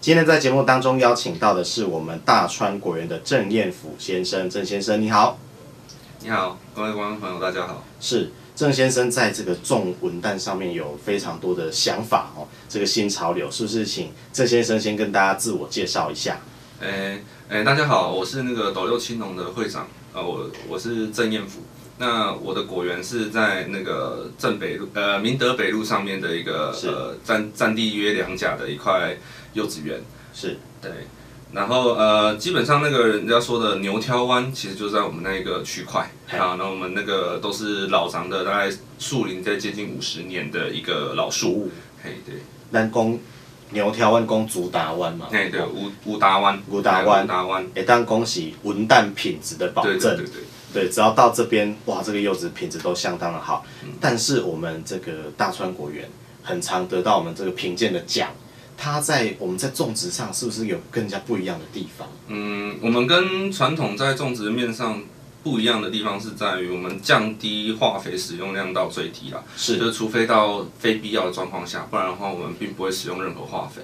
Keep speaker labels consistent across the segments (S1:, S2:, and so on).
S1: 今天在节目当中邀请到的是我们大川果园的郑彦甫先生，郑先生你好，
S2: 你好，各位观众朋友，大家好。
S1: 是郑先生在这个重文旦上面有非常多的想法哦，这个新潮流是不是？请郑先生先跟大家自我介绍一下。
S2: 诶、诶、大家好，我是那个斗六青农的会长，呃，我我是郑彦甫。那我的果园是在那个正北路，呃，明德北路上面的一个
S1: 是
S2: 呃占占地约两甲的一块柚子园。
S1: 是
S2: 对，然后呃，基本上那个人家说的牛挑湾，其实就在我们那个区块
S1: 嘿
S2: 啊。那我们那个都是老长的，大概树龄在接近五十年的一个老树。
S1: 主
S2: 嘿，对，
S1: 咱讲牛条湾讲竹达湾嘛，
S2: 嘿，对，乌乌达湾，
S1: 乌达湾
S2: 乌达湾，
S1: 也当恭喜文旦品质的保
S2: 对
S1: 证。
S2: 对对对。
S1: 对，只要到这边，哇，这个柚子品质都相当的好。但是我们这个大川果园很常得到我们这个评鉴的奖，它在我们在种植上是不是有更加不一样的地方？
S2: 嗯，我们跟传统在种植面上不一样的地方是在于，我们降低化肥使用量到最低啦，就是是除非到非必要的状况下，不然的话我们并不会使用任何化肥。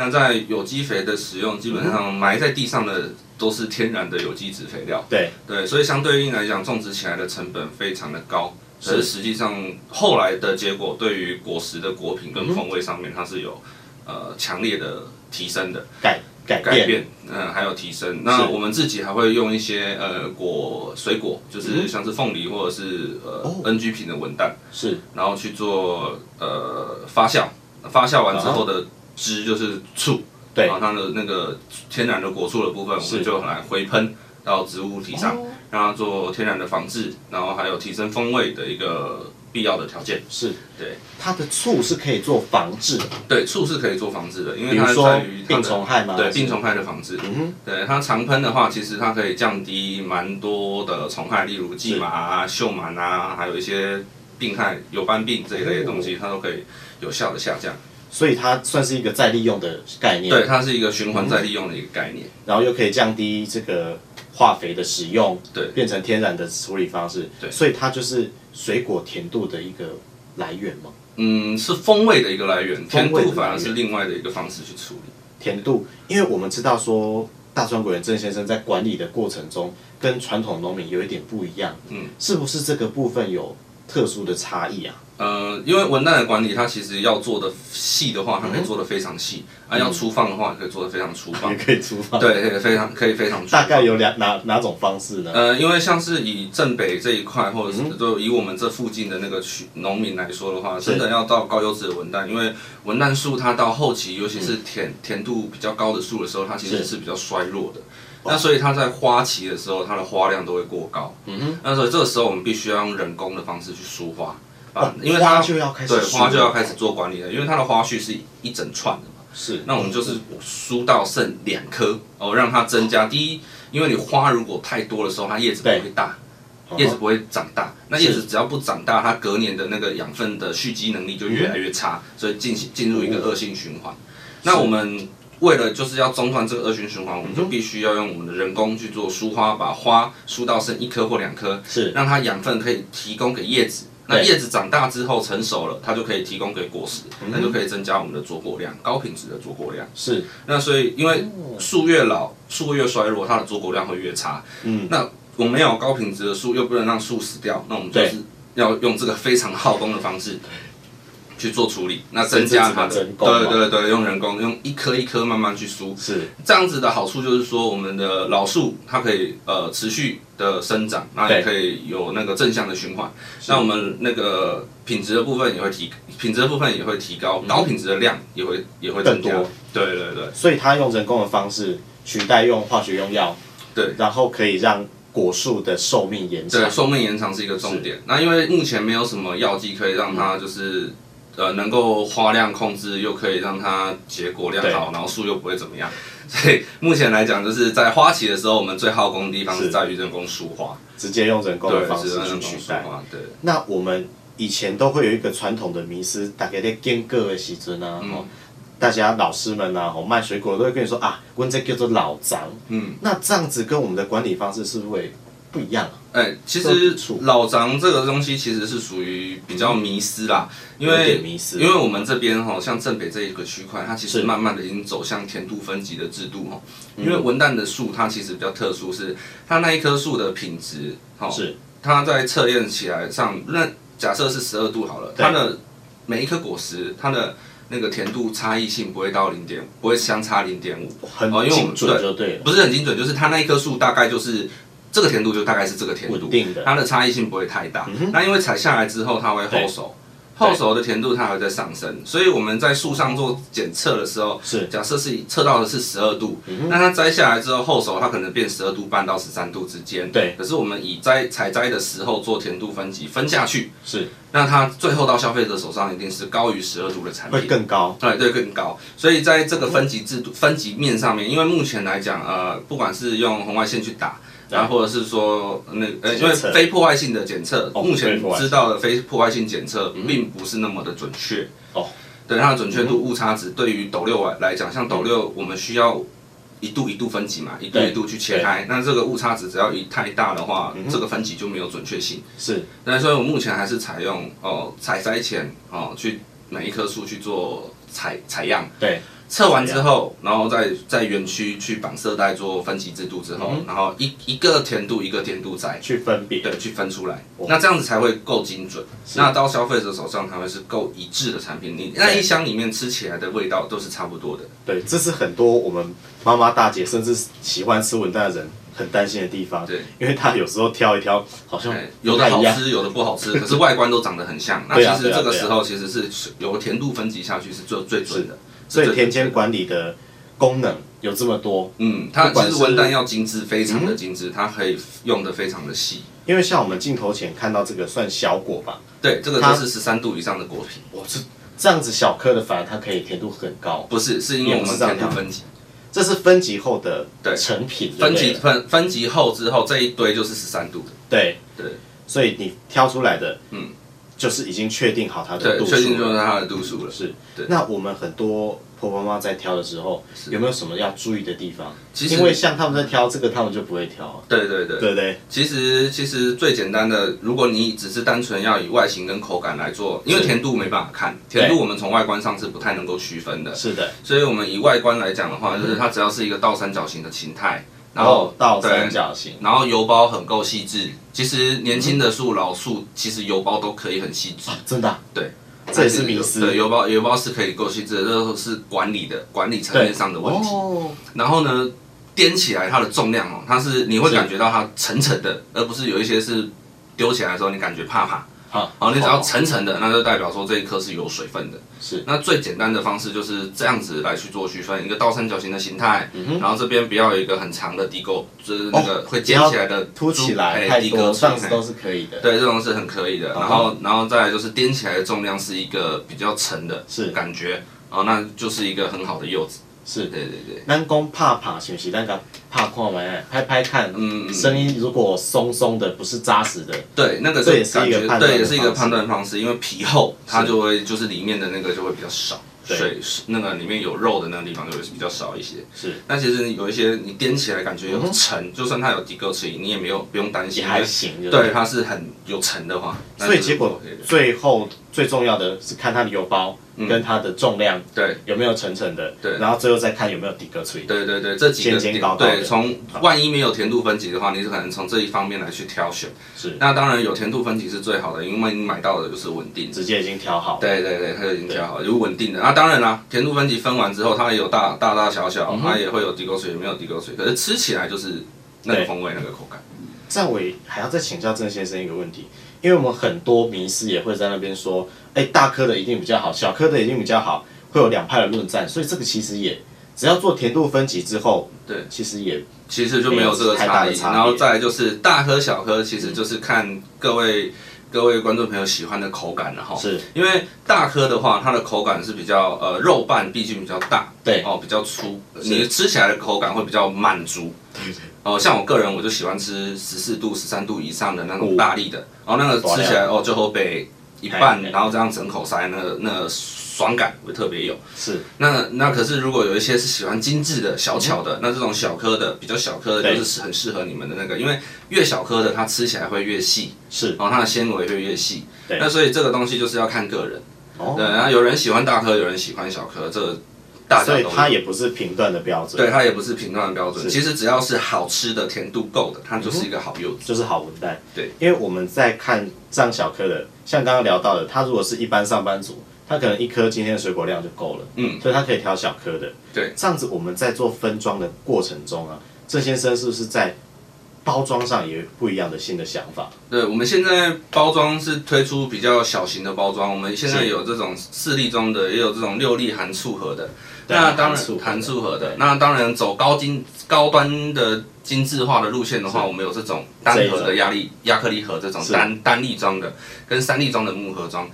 S2: 那在有机肥的使用，基本上埋在地上的都是天然的有机质肥料，
S1: 对，
S2: 对，所以相对应来讲，种植起来的成本非常的高。
S1: 是
S2: 可是实际上后来的结果，对于果实的果品跟风味上面，它是有呃强烈的提升的。
S1: 改改
S2: 改
S1: 变
S2: 变，嗯，还有提升。那我们自己还会用一些呃果水果，就是像是凤梨或者是呃、
S1: 嗯哦
S2: NG 品的文旦，
S1: 是
S2: 然后去做呃发酵，发酵完之后的汁就是醋，
S1: 啊对
S2: 然后它的那个天然的果醋的部分，我
S1: 是哦
S2: 们就来回喷到植物体上，让它做天然的防治，然后还有提升风味的一个必要的条件。
S1: 是，
S2: 对，
S1: 它的醋是可以做防治的，
S2: 对，醋是可以做防治的，因
S1: 比
S2: 为
S1: 如
S2: 它
S1: 说
S2: 在于它
S1: 病
S2: 的
S1: 虫啊害吗？
S2: 对病虫害的防治。
S1: 嗯哼，
S2: 对它常喷的话，其实它可以降低蛮多的虫害，例如蓟马啊、锈螨啊，还有一些病害、有斑病这一类的东西，它都可以有效的下降。
S1: 所以它算是一个再利用的概念，
S2: 对，它是一个循环再利用的一个概念。
S1: 然后又可以降低这个化肥的使用，
S2: 对
S1: 变成天然的处理方式，
S2: 对
S1: 所以它就是水果甜度的一个来源嘛。
S2: 嗯，是风味的一个来源，
S1: 风
S2: 甜
S1: 味的来源
S2: 度反而是另外的一个方式去处理。
S1: 甜度，因为我们知道说大川果园郑先生在管理的过程中跟传统农民有一点不一样，
S2: 嗯，
S1: 是不是这个部分有特殊的差异啊？
S2: 呃，因为文旦的管理，它其实要做的细的话，它可以做的非常细；啊，要粗放的话，可以做的非常粗放
S1: 也。可以出发，，
S2: 对，可以非常可以非常粗放。
S1: 大概有两哪哪种方式呢？
S2: 呃，因为像是以镇北这一块，或者
S1: 嗯
S2: 是就以我们这附近的那个区农民来说的话，真的要到高优质的文旦，因为文旦树它到后期，尤其是甜甜度比较高的树的时候，它
S1: 嗯
S2: 其
S1: 是哦
S2: 实是比较衰弱的。那所以它在花期的时候，它的花量都会过高。嗯哼。那所以这个时候我们必须要用人工的方式去疏花啊
S1: 哦，
S2: 因为它
S1: 花就要开始
S2: 对
S1: 疏
S2: 花就要
S1: 了
S2: 开始做管理了，因为它的花序是一一整串的嘛。
S1: 是，
S2: 那我们就是疏到剩两颗哦，让它增加。第一，因为你花如果太多的时候，它叶子不会大，
S1: 哦嗯
S2: 叶子不会长大。那叶子只要不长大，它隔年的那个养分的蓄积能力就越来越差，所以进行进入一个恶性循环。那我们为了就是要中断这个恶性循环，我们就必须要用我们的人工去做疏花，把花疏到剩一颗或两颗，
S1: 是
S2: 让它养分可以提供给叶子。那
S1: 对
S2: 叶子长大之后成熟了，它就可以提供给果实，那就可以增加我们的着果量，高品质的着果量。
S1: 是
S2: 那所以因为树越老，树越衰弱，它的着果量会越差。
S1: 嗯，
S2: 那我们要有高品质的树，又不能让树死掉，那我们就
S1: 对
S2: 是要用这个非常耗工的方式去做处理，那增
S1: 甚
S2: 加
S1: 至
S2: 它
S1: 是
S2: 的
S1: 人。工嘛
S2: 对对对，用人工，用一颗一颗慢慢去疏。
S1: 是
S2: 这样子的好处就是说，我们的老树它可以呃持续的生长，然后也可以有那个正向的循环。那我们那个品质的部分也会提，品质的部分也会提高，高品质的量也会也会增加
S1: 更多。
S2: 对对对
S1: 所以它用人工的方式取代用化学用药，
S2: 对
S1: 然后可以让果树的寿命延
S2: 对，
S1: 长，
S2: 寿命延长是一个重点。那因为目前没有什么药剂可以
S1: 嗯
S2: 让它就是。呃，能够花量控制，又可以让它结果量
S1: 对
S2: 好，然后树又不会怎么样， 所以目前来讲，就是在花期的时候，我们最耗工的地方
S1: 是
S2: 是在于人工疏花，
S1: 直接用人工
S2: 对
S1: 的，方
S2: 只
S1: 式
S2: 能
S1: 去
S2: 人工
S1: 取
S2: 疏
S1: 代。
S2: 花，对。
S1: 那我们以前都会有一个传统的迷思，大概在见过的时阵啊，
S2: 嗯
S1: 吼、大家老师们啊，吼卖水果都会跟你说啊，温这叫做老张。
S2: 嗯，
S1: 那这样子跟我们的管理方式是不是会不不一样啊。
S2: 哎、其
S1: 都抵
S2: 实
S1: 触
S2: 老张这个东西其实是属于比较迷失啦，因
S1: 有
S2: 为
S1: 点迷失
S2: 因为我们这边哈，像正北这一个区块，它其实
S1: 是嗯
S2: 慢慢的已经走向田土分级的制度哈。因为文旦的树它其实比较特殊是，它那一棵树的品质哈，
S1: 是
S2: 它在测验起来上，那假设是十二度好了，
S1: 对
S2: 它的每一颗果实它的那个甜度差异性不会到零点，不会相差零点五，
S1: 很
S2: 哦因为我
S1: 精
S2: 们
S1: 准就对了，
S2: 不是很精准，就是它那一棵树大概就是这个甜度就大概是这个甜
S1: 稳
S2: 度，
S1: 定的。
S2: 它的差异性不会太大。
S1: 嗯哼
S2: 那因为采下来之后，它会后熟，
S1: 对
S2: 后熟的甜度它还会再上升，所以我们在树上做检测的时候，
S1: 是
S2: 假设是测到的是十二度，
S1: 嗯
S2: 那它摘下来之后后熟它可能变十二度半到十三度之间。
S1: 对
S2: 可是我们以摘采摘的时候做甜度分级分下去，
S1: 是
S2: 那它最后到消费者手上一定是高于十二度的产
S1: 会
S2: 品。
S1: 更高，
S2: 对对，更高。所以在这个分级制度、分级面上面，因为目前来讲，呃，不管是用红外线去打，然后或者是说那呃，因为
S1: 检测
S2: 非破坏性的检测，
S1: 哦
S2: 目
S1: 非
S2: 前
S1: 破坏性嗯
S2: 知道的非破坏性检测并不是那么的准确。
S1: 哦，
S2: 对它的准确度误差值，对于斗六来来讲，像斗六我们需要。一度一度分级嘛，一度
S1: 对嗯
S2: 一度去切开，那这个误差值只要一太大的话，这个分级就没有准确性。
S1: 是
S2: 那所以我目前还是采用哦采摘前哦去每一棵树去做采采样，
S1: 对，
S2: 测完之后，然后在在园区去绑色带做分级制度之
S1: 嗯
S2: 后，然后一一个甜度一个甜度摘，
S1: 去分别
S2: 对，去分出来
S1: 哦，
S2: 那这样子才会够精准。那到消费者手上才会是够一致的产品，你那一箱里面吃起来的味道都是差不多的。
S1: 对，这是很多我们妈妈大姐甚至喜欢吃文旦的人很担心的地方，
S2: 对，
S1: 因为她有时候挑一挑，好像
S2: 哎
S1: 不
S2: 有
S1: 太
S2: 的好
S1: 一样，
S2: 吃，有的不 好吃，可是外观都长得很像。那
S1: 对啊
S2: 其实这
S1: 对
S2: 个
S1: 啊对啊
S2: 时候其实是有甜度分级下去是最最准的。
S1: 所以
S2: 对
S1: 田间管理的功能有这么多，
S2: 嗯，它
S1: 不管
S2: 其实
S1: 是嗯
S2: 文旦要精致，非常的精致，它可以用的非常的细。
S1: 因为像我们镜头前看到这个算小果吧，
S2: 对，这个
S1: 它
S2: 就是十三度以上的果皮。
S1: 我这这样子小颗的，反而它可以甜度很高，
S2: 不是，是因为我
S1: 也
S2: 们
S1: 不是
S2: 甜
S1: 这样
S2: 度分级，
S1: 这是分级后的
S2: 对
S1: 成品
S2: 分
S1: 对
S2: 级
S1: 不
S2: 分分级后之后这一堆就是十三度的，
S1: 对
S2: 对，
S1: 所以你挑出来的，
S2: 嗯，
S1: 就是已经确定好它的
S2: 对，
S1: 度
S2: 确定
S1: 数
S2: 就是
S1: 了，
S2: 它的度数了。
S1: 是
S2: 对。
S1: 那我们很多婆婆妈妈在挑的时候，有没有什么要注意的地方？
S2: 其实
S1: 因为像他们在挑这个，他们就不会挑，
S2: 对对对，
S1: 对不对？
S2: 其实其实最简单的，如果你只是单纯要以外形跟口感来做，因为
S1: 是
S2: 甜度没办法看，
S1: 对
S2: 甜度我们从外观上是不太能够区分的，
S1: 是的，
S2: 所以我们以外观来讲的话，就是它只要是一个倒三角形的形态，
S1: 然
S2: 然后
S1: 后倒
S2: 对
S1: 三角形，
S2: 然后油包很够细致。其实年轻的树、老树，其实油包都可以很细致。
S1: 啊真的啊，
S2: 对，
S1: 这也是迷
S2: 对，
S1: 思，
S2: 邮包邮包是可以够细致的，这都是管理的管理层面上的问题。
S1: 哦，
S2: 然后呢，掂起来它的重量哦，它是你会
S1: 是
S2: 感觉到它沉沉的，而不是有一些是丢起来的时候你感觉怕怕。
S1: 好，
S2: 好，你只要沉沉的，那就代表说这一颗是有水分的。
S1: 是，
S2: 那最简单的方式就是这样子来去做区分，一个倒三角形的形态，
S1: 嗯
S2: 然后这边不要有一个很长的地沟，就是那个会尖起来的
S1: 哦凸起来
S2: 珠哎
S1: 太
S2: 嘿地沟
S1: 多，
S2: 柱
S1: 这样子
S2: 嘿
S1: 都嗯是可以的，
S2: 对，这种是很可以的。然后，然后再来就是掂起来的重量是一个比较沉的，
S1: 是
S2: 感觉哦，那就是一个很好的柚子。
S1: 是
S2: 对。对对，
S1: 咱讲拍拍是不是？咱甲拍看卖，拍拍看，
S2: 嗯嗯
S1: 声音如果松松的，不是扎实的，
S2: 对，那个
S1: 这也
S2: 是感
S1: 是一个
S2: 觉，
S1: 判断
S2: 对，也是一个
S1: 方式
S2: 判断方式，因为皮厚，它
S1: 是
S2: 就会就是里面的那个就会比较少，
S1: 对
S2: 水是那个里面有肉的那个地方就会比较少一些。
S1: 是
S2: 那其实有一些你掂起来感觉有沉，就算它有地沟吃，你也没有不用担心，
S1: 嗯也
S2: 因为
S1: 还行，就
S2: 对，。它是很有沉的话，那
S1: 所以
S2: 就是
S1: 结果
S2: OK 的
S1: 最后最重要的是看它的油包
S2: 嗯
S1: 跟它的重量
S2: 对。
S1: 有没有沉沉的，
S2: 对
S1: 然后最后再看有没有底格吹。
S2: 对对对，这几个
S1: 尖尖
S2: 点
S1: 高高的
S2: 对，从万一没有甜度分级的话，你是可能从这一方面来去挑选。
S1: 是
S2: 那当然有甜度分级是最好的，因为你买到的就是稳定。
S1: 直接已经调好，
S2: 对对对，它就已经挑好，有稳定的。那当然啦，甜度分级分完之后，它也有大大大小小，
S1: 嗯
S2: 它也会有滴沟水，也没有滴沟水，可是吃起来就是那个
S1: 对
S2: 风味、那个口感。
S1: 在我也还要再请教郑先生一个问题，因为我们很多迷思也会在那边说，哎、大颗的一定比较好，小颗的一定比较好，会有两派的论战，所以这个其实也只要做甜度分级之后，
S2: 对，
S1: 其实也
S2: 其实就没有这个
S1: 没有太大
S2: 差
S1: 的
S2: 异。
S1: 差别嗯
S2: 然后再来就是大颗小颗，其实就是看各位各位观众朋友喜欢的口感了哈。
S1: 是
S2: 因为大颗的话，它的口感是比较呃肉瓣，毕竟比较大，
S1: 对
S2: 哦，比较粗，
S1: 是
S2: 你吃起来的口感会比较满足。哦，像我个人我就喜欢吃十四度、十三度以上的那
S1: 哦
S2: 种
S1: 哎
S2: 大力的，哦，那个吃起来哦，最后被一
S1: 嘿
S2: 半，
S1: 嘿
S2: 然后这样整口塞，那个那个爽感会特别有。
S1: 是
S2: 那那可是如果有一些是喜欢精致的小巧的，那这种小颗的比较小颗的，
S1: 对
S2: 就是很适合你们的那个，因为越小颗的它吃起来会越细，哦
S1: 是
S2: 然后它的纤维会越细。
S1: 对
S2: 那所以这个东西就是要看个人，对，
S1: 哦，
S2: 然后有人喜欢大颗，有人喜欢小颗，这个大家
S1: 所
S2: 都
S1: 以
S2: 有
S1: 它也不是评断的标准，
S2: 对，它也不是评断的标准。
S1: 是嗯
S2: 其实只要是好吃的、甜度够的，它就是一个好柚子。
S1: 就是好文带。
S2: 对，
S1: 因为我们在看这样小颗的，像刚刚聊到的，他如果是一般上班族，他可能一颗今天的水果量就够了，
S2: 嗯，
S1: 所以他可以挑小颗的。
S2: 对，
S1: 这样子我们在做分装的过程中啊，郑先生是不是在包装上也有不一样的新的想法？
S2: 对，我们现在包装是推出比较小型的包装，我们现在
S1: 是
S2: 有这种四粒装的，也有这种六粒含醋盒的。
S1: 对
S2: 那当然
S1: 含醋盒的
S2: 含醋盒的
S1: 对，
S2: 那当然走高精高端的精致化的路线的话，我们有这种单
S1: 这一
S2: 盒
S1: 种
S2: 的压力亚克力盒这种
S1: 是
S2: 单单粒装的，跟三粒装的木盒装。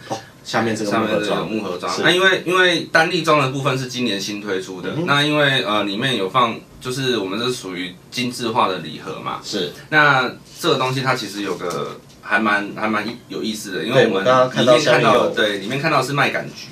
S1: 下面这个
S2: 上
S1: 木
S2: 面
S1: 盒
S2: 这个
S1: 装，
S2: 木盒装
S1: 是，
S2: 那、因为因为单粒装的部分是今年新推出的，
S1: 嗯哼
S2: 那因为呃里面有放，就是我们这是属于精致化的礼盒嘛，
S1: 是
S2: 那这个东西它其实有个还蛮还蛮有意思的，因
S1: 对
S2: 为我
S1: 我
S2: 们
S1: 刚刚看
S2: 里
S1: 到
S2: 面看
S1: 下面
S2: 到
S1: 有
S2: 对里面看到是麦秆菊。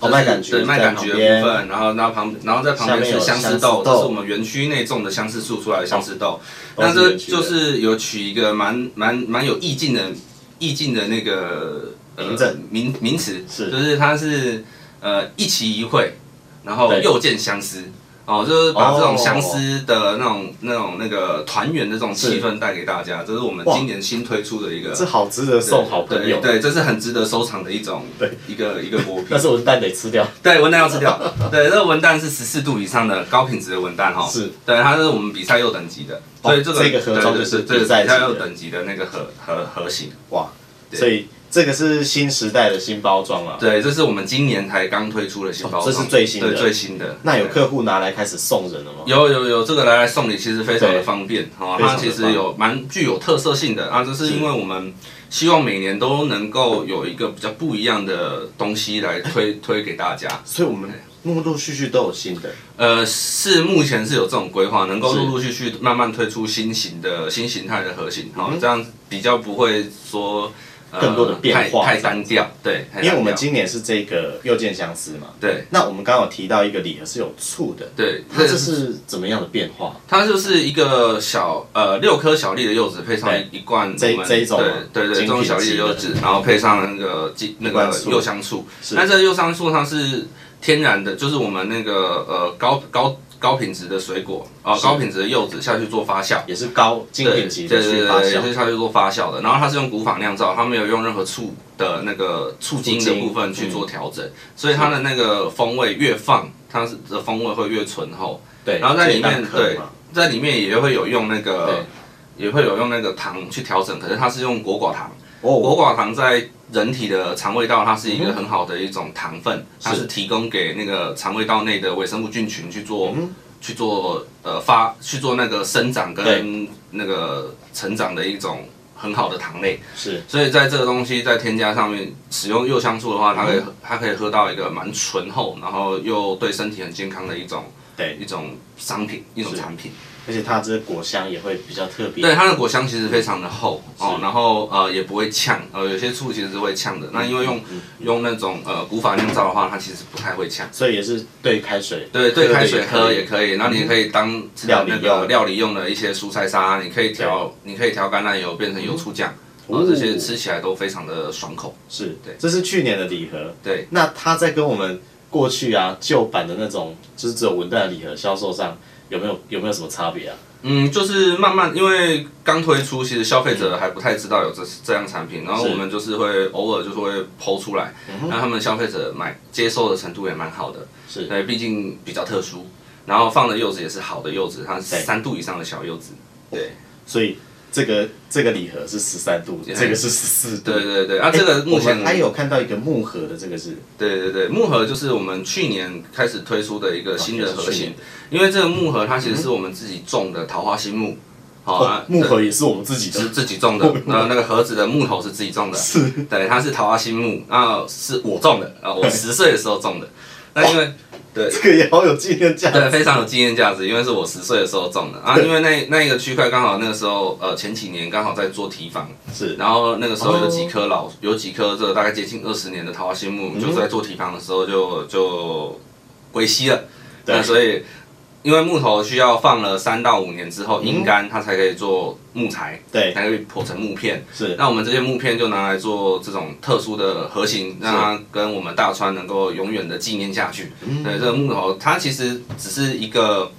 S1: 哦
S2: 就是
S1: 麦秆菊
S2: 对
S1: 在
S2: 麦秆菊的
S1: 旁边
S2: 部分，然后然后旁然后在旁
S1: 下面
S2: 边是
S1: 有
S2: 相
S1: 相
S2: 思
S1: 思
S2: 豆，这
S1: 豆
S2: 是我们园区内种的相思树出来的相思豆。
S1: 都
S2: 那这
S1: 园区的
S2: 就是有取一个蛮蛮蛮有意境的意境的那个呃
S1: 名字
S2: 名名词，
S1: 是
S2: 就是它是呃一期一会，然后
S1: 对
S2: 又见相思。哦，就是把这
S1: 哦
S2: 种相思的那种、那种、那个团圆的这种气
S1: 是
S2: 氛带给大家，这是我们
S1: 哇
S2: 今年新推出的一个
S1: 这好值得送好朋友，
S2: 对，对，这是很值得收藏的一种
S1: 对
S2: 一个一个 果品
S1: 但。是我蛋得吃掉，
S2: 对，文旦要吃掉。 对，这个文旦是十四度以上的高品质的文旦哈。
S1: 是
S2: 对，它是我们比赛柚等级的，
S1: 哦
S2: 所以这个
S1: 这个盒装就是
S2: 对对对
S1: 比赛
S2: 比赛
S1: 级的
S2: 柚等级的那个盒盒盒型。
S1: 哇，
S2: 对
S1: 所以这个是新时代的新包装啊了。
S2: 对，这是我们今年才刚推出的新包装，
S1: 哦这是最新的
S2: 对最新的。
S1: 那有
S2: 对
S1: 客户拿来开始送人了吗？
S2: 有有有，这个拿来送礼其实非常
S1: 对
S2: 的方便哦，
S1: 非常
S2: 它
S1: 地
S2: 其
S1: 方
S2: 实有蛮具有特色性的啊，这是因为我们希望每年都能够有一个比较不一样的东西来推推给大家。
S1: 所以我们陆陆续续都有新的，
S2: 呃，是目前是有这种规划，能够
S1: 是
S2: 陆陆续续慢慢推出新型的新形态的核心，好、
S1: 嗯
S2: 这样比较不会说、呃、
S1: 更多的变化
S2: 太太单调，对，太单
S1: 因为我们
S2: 调
S1: 今年是这个又见相思嘛。
S2: 对
S1: 那我们刚刚有提到一个礼盒是有醋的，
S2: 对，
S1: 它这是怎么样的变化？
S2: 它就是一个小呃六颗小粒的柚子，配上一一罐
S1: 这
S2: 我们
S1: 这一种吗
S2: 对对对，
S1: 精
S2: 这种
S1: 品
S2: 小粒的
S1: 级的
S2: 柚子，然后配上那个金那
S1: 罐
S2: 个
S1: 醋
S2: 柚香醋。
S1: 是
S2: 那这个柚香醋它是天然的，就是我们那个呃高高高品质的水果啊、呃
S1: 是
S2: 高品质的柚子下去做发酵。
S1: 也是高精品级的
S2: 对对
S1: 去
S2: 对
S1: 发
S2: 对，
S1: 酵
S2: 对，下去做发酵的。然后它是用古法酿造，它没有用任何醋的那个醋精
S1: 醋
S2: 的
S1: 精嗯
S2: 部分去做调整，所以它的那个风味越放，它是的风味会越醇厚。
S1: 对，
S2: 然后在里面
S1: 这一档可以吗
S2: 在里面也会有用那个
S1: 对，
S2: 也会有用那个糖去调整，可是它是用果寡糖。果
S1: 哦，
S2: 寡糖在人体的肠胃道，它是一个很好的一种糖
S1: 嗯
S2: 分，它是提供给那个肠胃道内的微生物菌群去做、
S1: 嗯
S2: 去做呃发去做那个生长
S1: 对
S2: 跟那个成长的一种很好的糖类。
S1: 是
S2: 所以在这个东西在添加上面使用柚香醋的话，它
S1: 嗯
S2: 可以、它可以喝到一个蛮醇厚，然后又对身体很健康的一种
S1: 对，
S2: 一种商品一种
S1: 是
S2: 产品。
S1: 而且它这个果香也会比较特别，
S2: 对，它的果香其实非常的厚哦，然后呃也不会呛，呃有些醋其实是会呛的。那因
S1: 嗯
S2: 为用用那种呃古法酿造的话，它其实不太会呛。
S1: 所以也是对开水，
S2: 对，
S1: 喝
S2: 对
S1: 的
S2: 开水
S1: 也可
S2: 喝
S1: 以
S2: 也可以，然后你也可以当
S1: 料理
S2: 那
S1: 用
S2: 个料理用的一些蔬菜沙，你可以调，你可以调橄榄油变成油醋酱，然后这些吃起来都非常的爽口。
S1: 哦是
S2: 对，
S1: 这是去年的礼盒。
S2: 对，
S1: 那它在跟我们过去啊旧版的那种就是只有文旦的礼盒销售上有没有有没有什么差别啊？
S2: 嗯，就是慢慢，因为刚推出，其实消费者还不太知道有这这样产品，然后
S1: 是
S2: 我们就是嗯会偶尔就是会抛出来，让他们消费者买接受的程度也蛮好的，
S1: 是
S2: 对，毕竟比较特殊，然后放的柚子也是好的柚子，它是
S1: 对
S2: 三度以上的小柚子，对，
S1: 所以这个这个礼盒是十三度，
S2: Yeah
S1: 这个是十四度。
S2: 对对对，啊，这个目
S1: 哎我
S2: 前
S1: 们还有看到一个木盒的，这个是
S2: 对对对，木盒就是我们去年开始推出的一个新的
S1: 哦也是
S2: 核
S1: 去
S2: 心
S1: 年，
S2: 因为这个木盒它其实是我们自己种的桃花心木，好
S1: 哦
S2: 啊，，
S1: 木盒也是我们自己
S2: 对是
S1: 的，
S2: 自己种的，那那个盒子的木头是自己种的，
S1: 是
S2: 啊 对，它是桃花心木，那是我种的啊，我十岁的时候种的。那因为对
S1: 这个也好哦有纪念价值。
S2: 对，非常有纪念价值，因为是我十岁的时候种的啊。因为那那一个区块刚好那个时候，呃，前几年刚好在做提防，
S1: 是，
S2: 然后那个时候有几棵老，有几棵这个大概接近二十年的桃花心木，我们就是在做提防的时候就就归西了。
S1: 对
S2: 那所以，因为木头需要放了三到五年之后阴干，它才可以做木材，
S1: 对，
S2: 才可以剖成木片。
S1: 是
S2: 那我们这些木片就拿来做这种特殊的核心，让它跟我们大川能够永远的纪念下去。
S1: 嗯
S2: 对，这个木头它其实只是一个，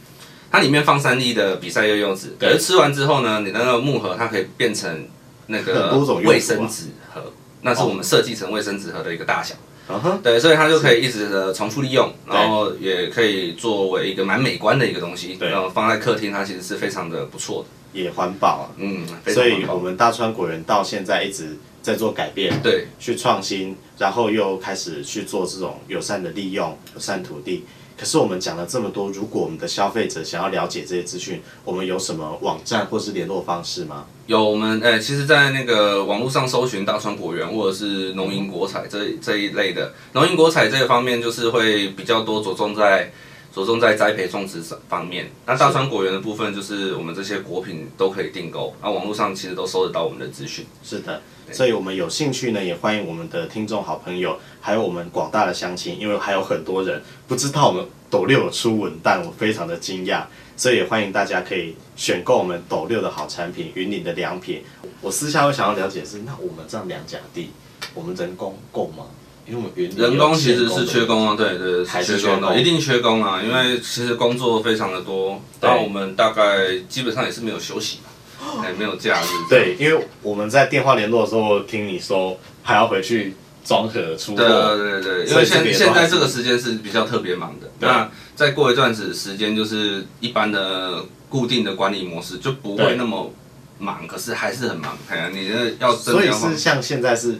S2: 它里面放三 D 的比赛用柚子，可
S1: 对
S2: 是吃完之后呢，你的那个木盒它可以变成那
S1: 很多种用途啊
S2: 个
S1: 哦
S2: 卫生纸盒，那是我们设计成卫生纸盒的一个大小。
S1: 嗯哼，
S2: 对，所以它就可以一直的重复利用，
S1: 对
S2: 然后也可以作为一个蛮美观的一个东西，
S1: 对
S2: 然后放在客厅，它其实是非常的不错的。
S1: 也环保啊。
S2: 嗯，非常
S1: 所以我
S2: 环保。
S1: 们大川果园到现在一直在做改变，
S2: 对，
S1: 去创新，然后又开始去做这种友善的利用、友善土地。可是我们讲了这么多，如果我们的消费者想要了解这些资讯，我们有什么网站或是联络方式吗？
S2: 有我们呃，其实，在那个网络上搜寻大川果园或者是农银国彩这这一类的，农银国彩这个方面就是会比较多着重在着重在栽培种植方面。那大川果园的部分，就是我们这些果品都可以订购，那网络上其实都收得到我们的资讯。
S1: 是的，所以我们有兴趣呢，也欢迎我们的听众好朋友，还有我们广大的乡亲，因为还有很多人不知道我们斗六有出文旦，我非常的惊讶，所以也欢迎大家可以选购我们斗六的好产品，云林的良品。我私下会想要了解是，那我们这样两甲地，我们人工够吗？因为我们云林有
S2: 人工其实是缺
S1: 限
S2: 工啊，对对，
S1: 还是
S2: 是
S1: 缺工
S2: 工的，一定缺工啊，因为其实工作非常的多，
S1: 对
S2: 但我们大概基本上也是没有休息吧， 哎，没有假日。
S1: 对，因为我们在电话联络的时候，听你说还要回去装盒出
S2: 对啊
S1: 货，
S2: 对对对，因
S1: 所以
S2: 为
S1: 这个也
S2: 现
S1: 都
S2: 现
S1: 还
S2: 在
S1: 是
S2: 这个时间是比较特别忙的。
S1: 对
S2: 那再过一段子时间，就是一般的固定的管理模式就不
S1: 对
S2: 会那么忙，可是还是很忙。哎呀，你这要真
S1: 所
S2: 的
S1: 以
S2: 要忙
S1: 是像现在是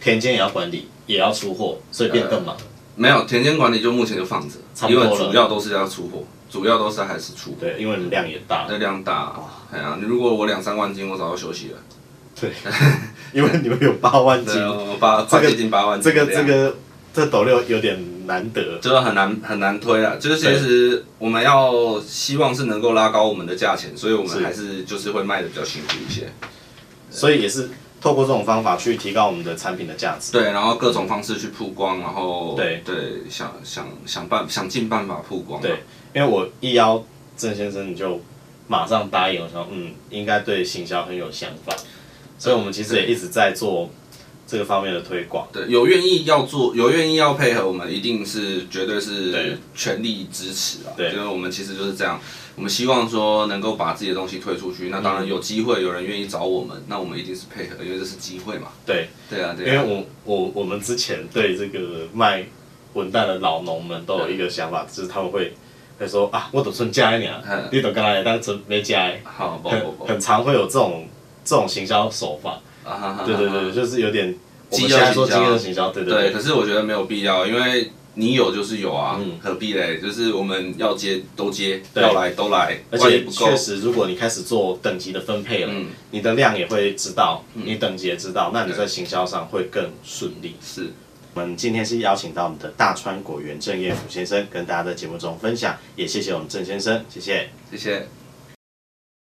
S1: 田间也要管理，也要出货，所以变更忙。
S2: 没有田间管理就目前就放着
S1: 差，不
S2: 因
S1: 多
S2: 为
S1: 了
S2: 主要都是要出货，主要都是还是出货。
S1: 对，因为量也大，
S2: 那量大，哎呀，你如果我两三万斤，我早就休息了。
S1: 因为你们有八万斤
S2: 对，，我八
S1: 这个
S2: 快接近八 万
S1: 这
S2: 斤
S1: 个
S2: 量，
S1: 这个这斗六有点难得，
S2: 就是很难很难推啊。就是其实我们要希望是能够拉高我们的价钱，所以我
S1: 是
S2: 们还是就是会卖的比较辛苦一些。
S1: 所以也是透过这种方法去提高我们的产品的价值。
S2: 对，然后各种方式去曝光，然后
S1: 对
S2: 对，想想想办想尽办法曝光。啊
S1: 对，因为我一邀郑先生，你就马上答应，我想嗯，应该对行销很有想法，所以我们其实也一直在做这个方面的推广。
S2: 对，有愿意要做，有愿意要配合我们，一定是绝对
S1: 对
S2: 是全力支持啊。
S1: 对
S2: 因为我们其实就是这样，我们希望说能够把自己的东西推出去。那
S1: 嗯
S2: 当然有机会，有人愿意找我们，那我们一定是配合，因为这是机会嘛。
S1: 对，
S2: 对啊，
S1: 因
S2: 对
S1: 为
S2: 啊。
S1: 我我我们之前对这个卖文旦的老农们都有一个想法，就是他们会会说啊，我都存家一啊
S2: 嗯，
S1: 你都刚来当存没家的。
S2: 好，不不
S1: 很
S2: 不，
S1: 很常会有这种这种行销手法。
S2: 啊哈哈
S1: 对对对，就是有点我们
S2: 饥饿
S1: 现在说饥
S2: 行销
S1: 饿行销，对
S2: 对，
S1: 对
S2: 可。是我觉得没有必要，因为你有就是有啊，
S1: 嗯
S2: 何必嘞？就是我们要接都接，
S1: 对
S2: 要来都来，
S1: 而
S2: 万一
S1: 且
S2: 不够
S1: 确，实，如果你开始做等级的分配了，
S2: 嗯
S1: 你的量也会知道，你等级也知道，那你在行销上会更顺利。
S2: 是
S1: 我们今天是邀请到我们的大川果园郑业甫先生跟大家在节目中分享，也谢谢我们郑先生，谢谢。
S2: 这些。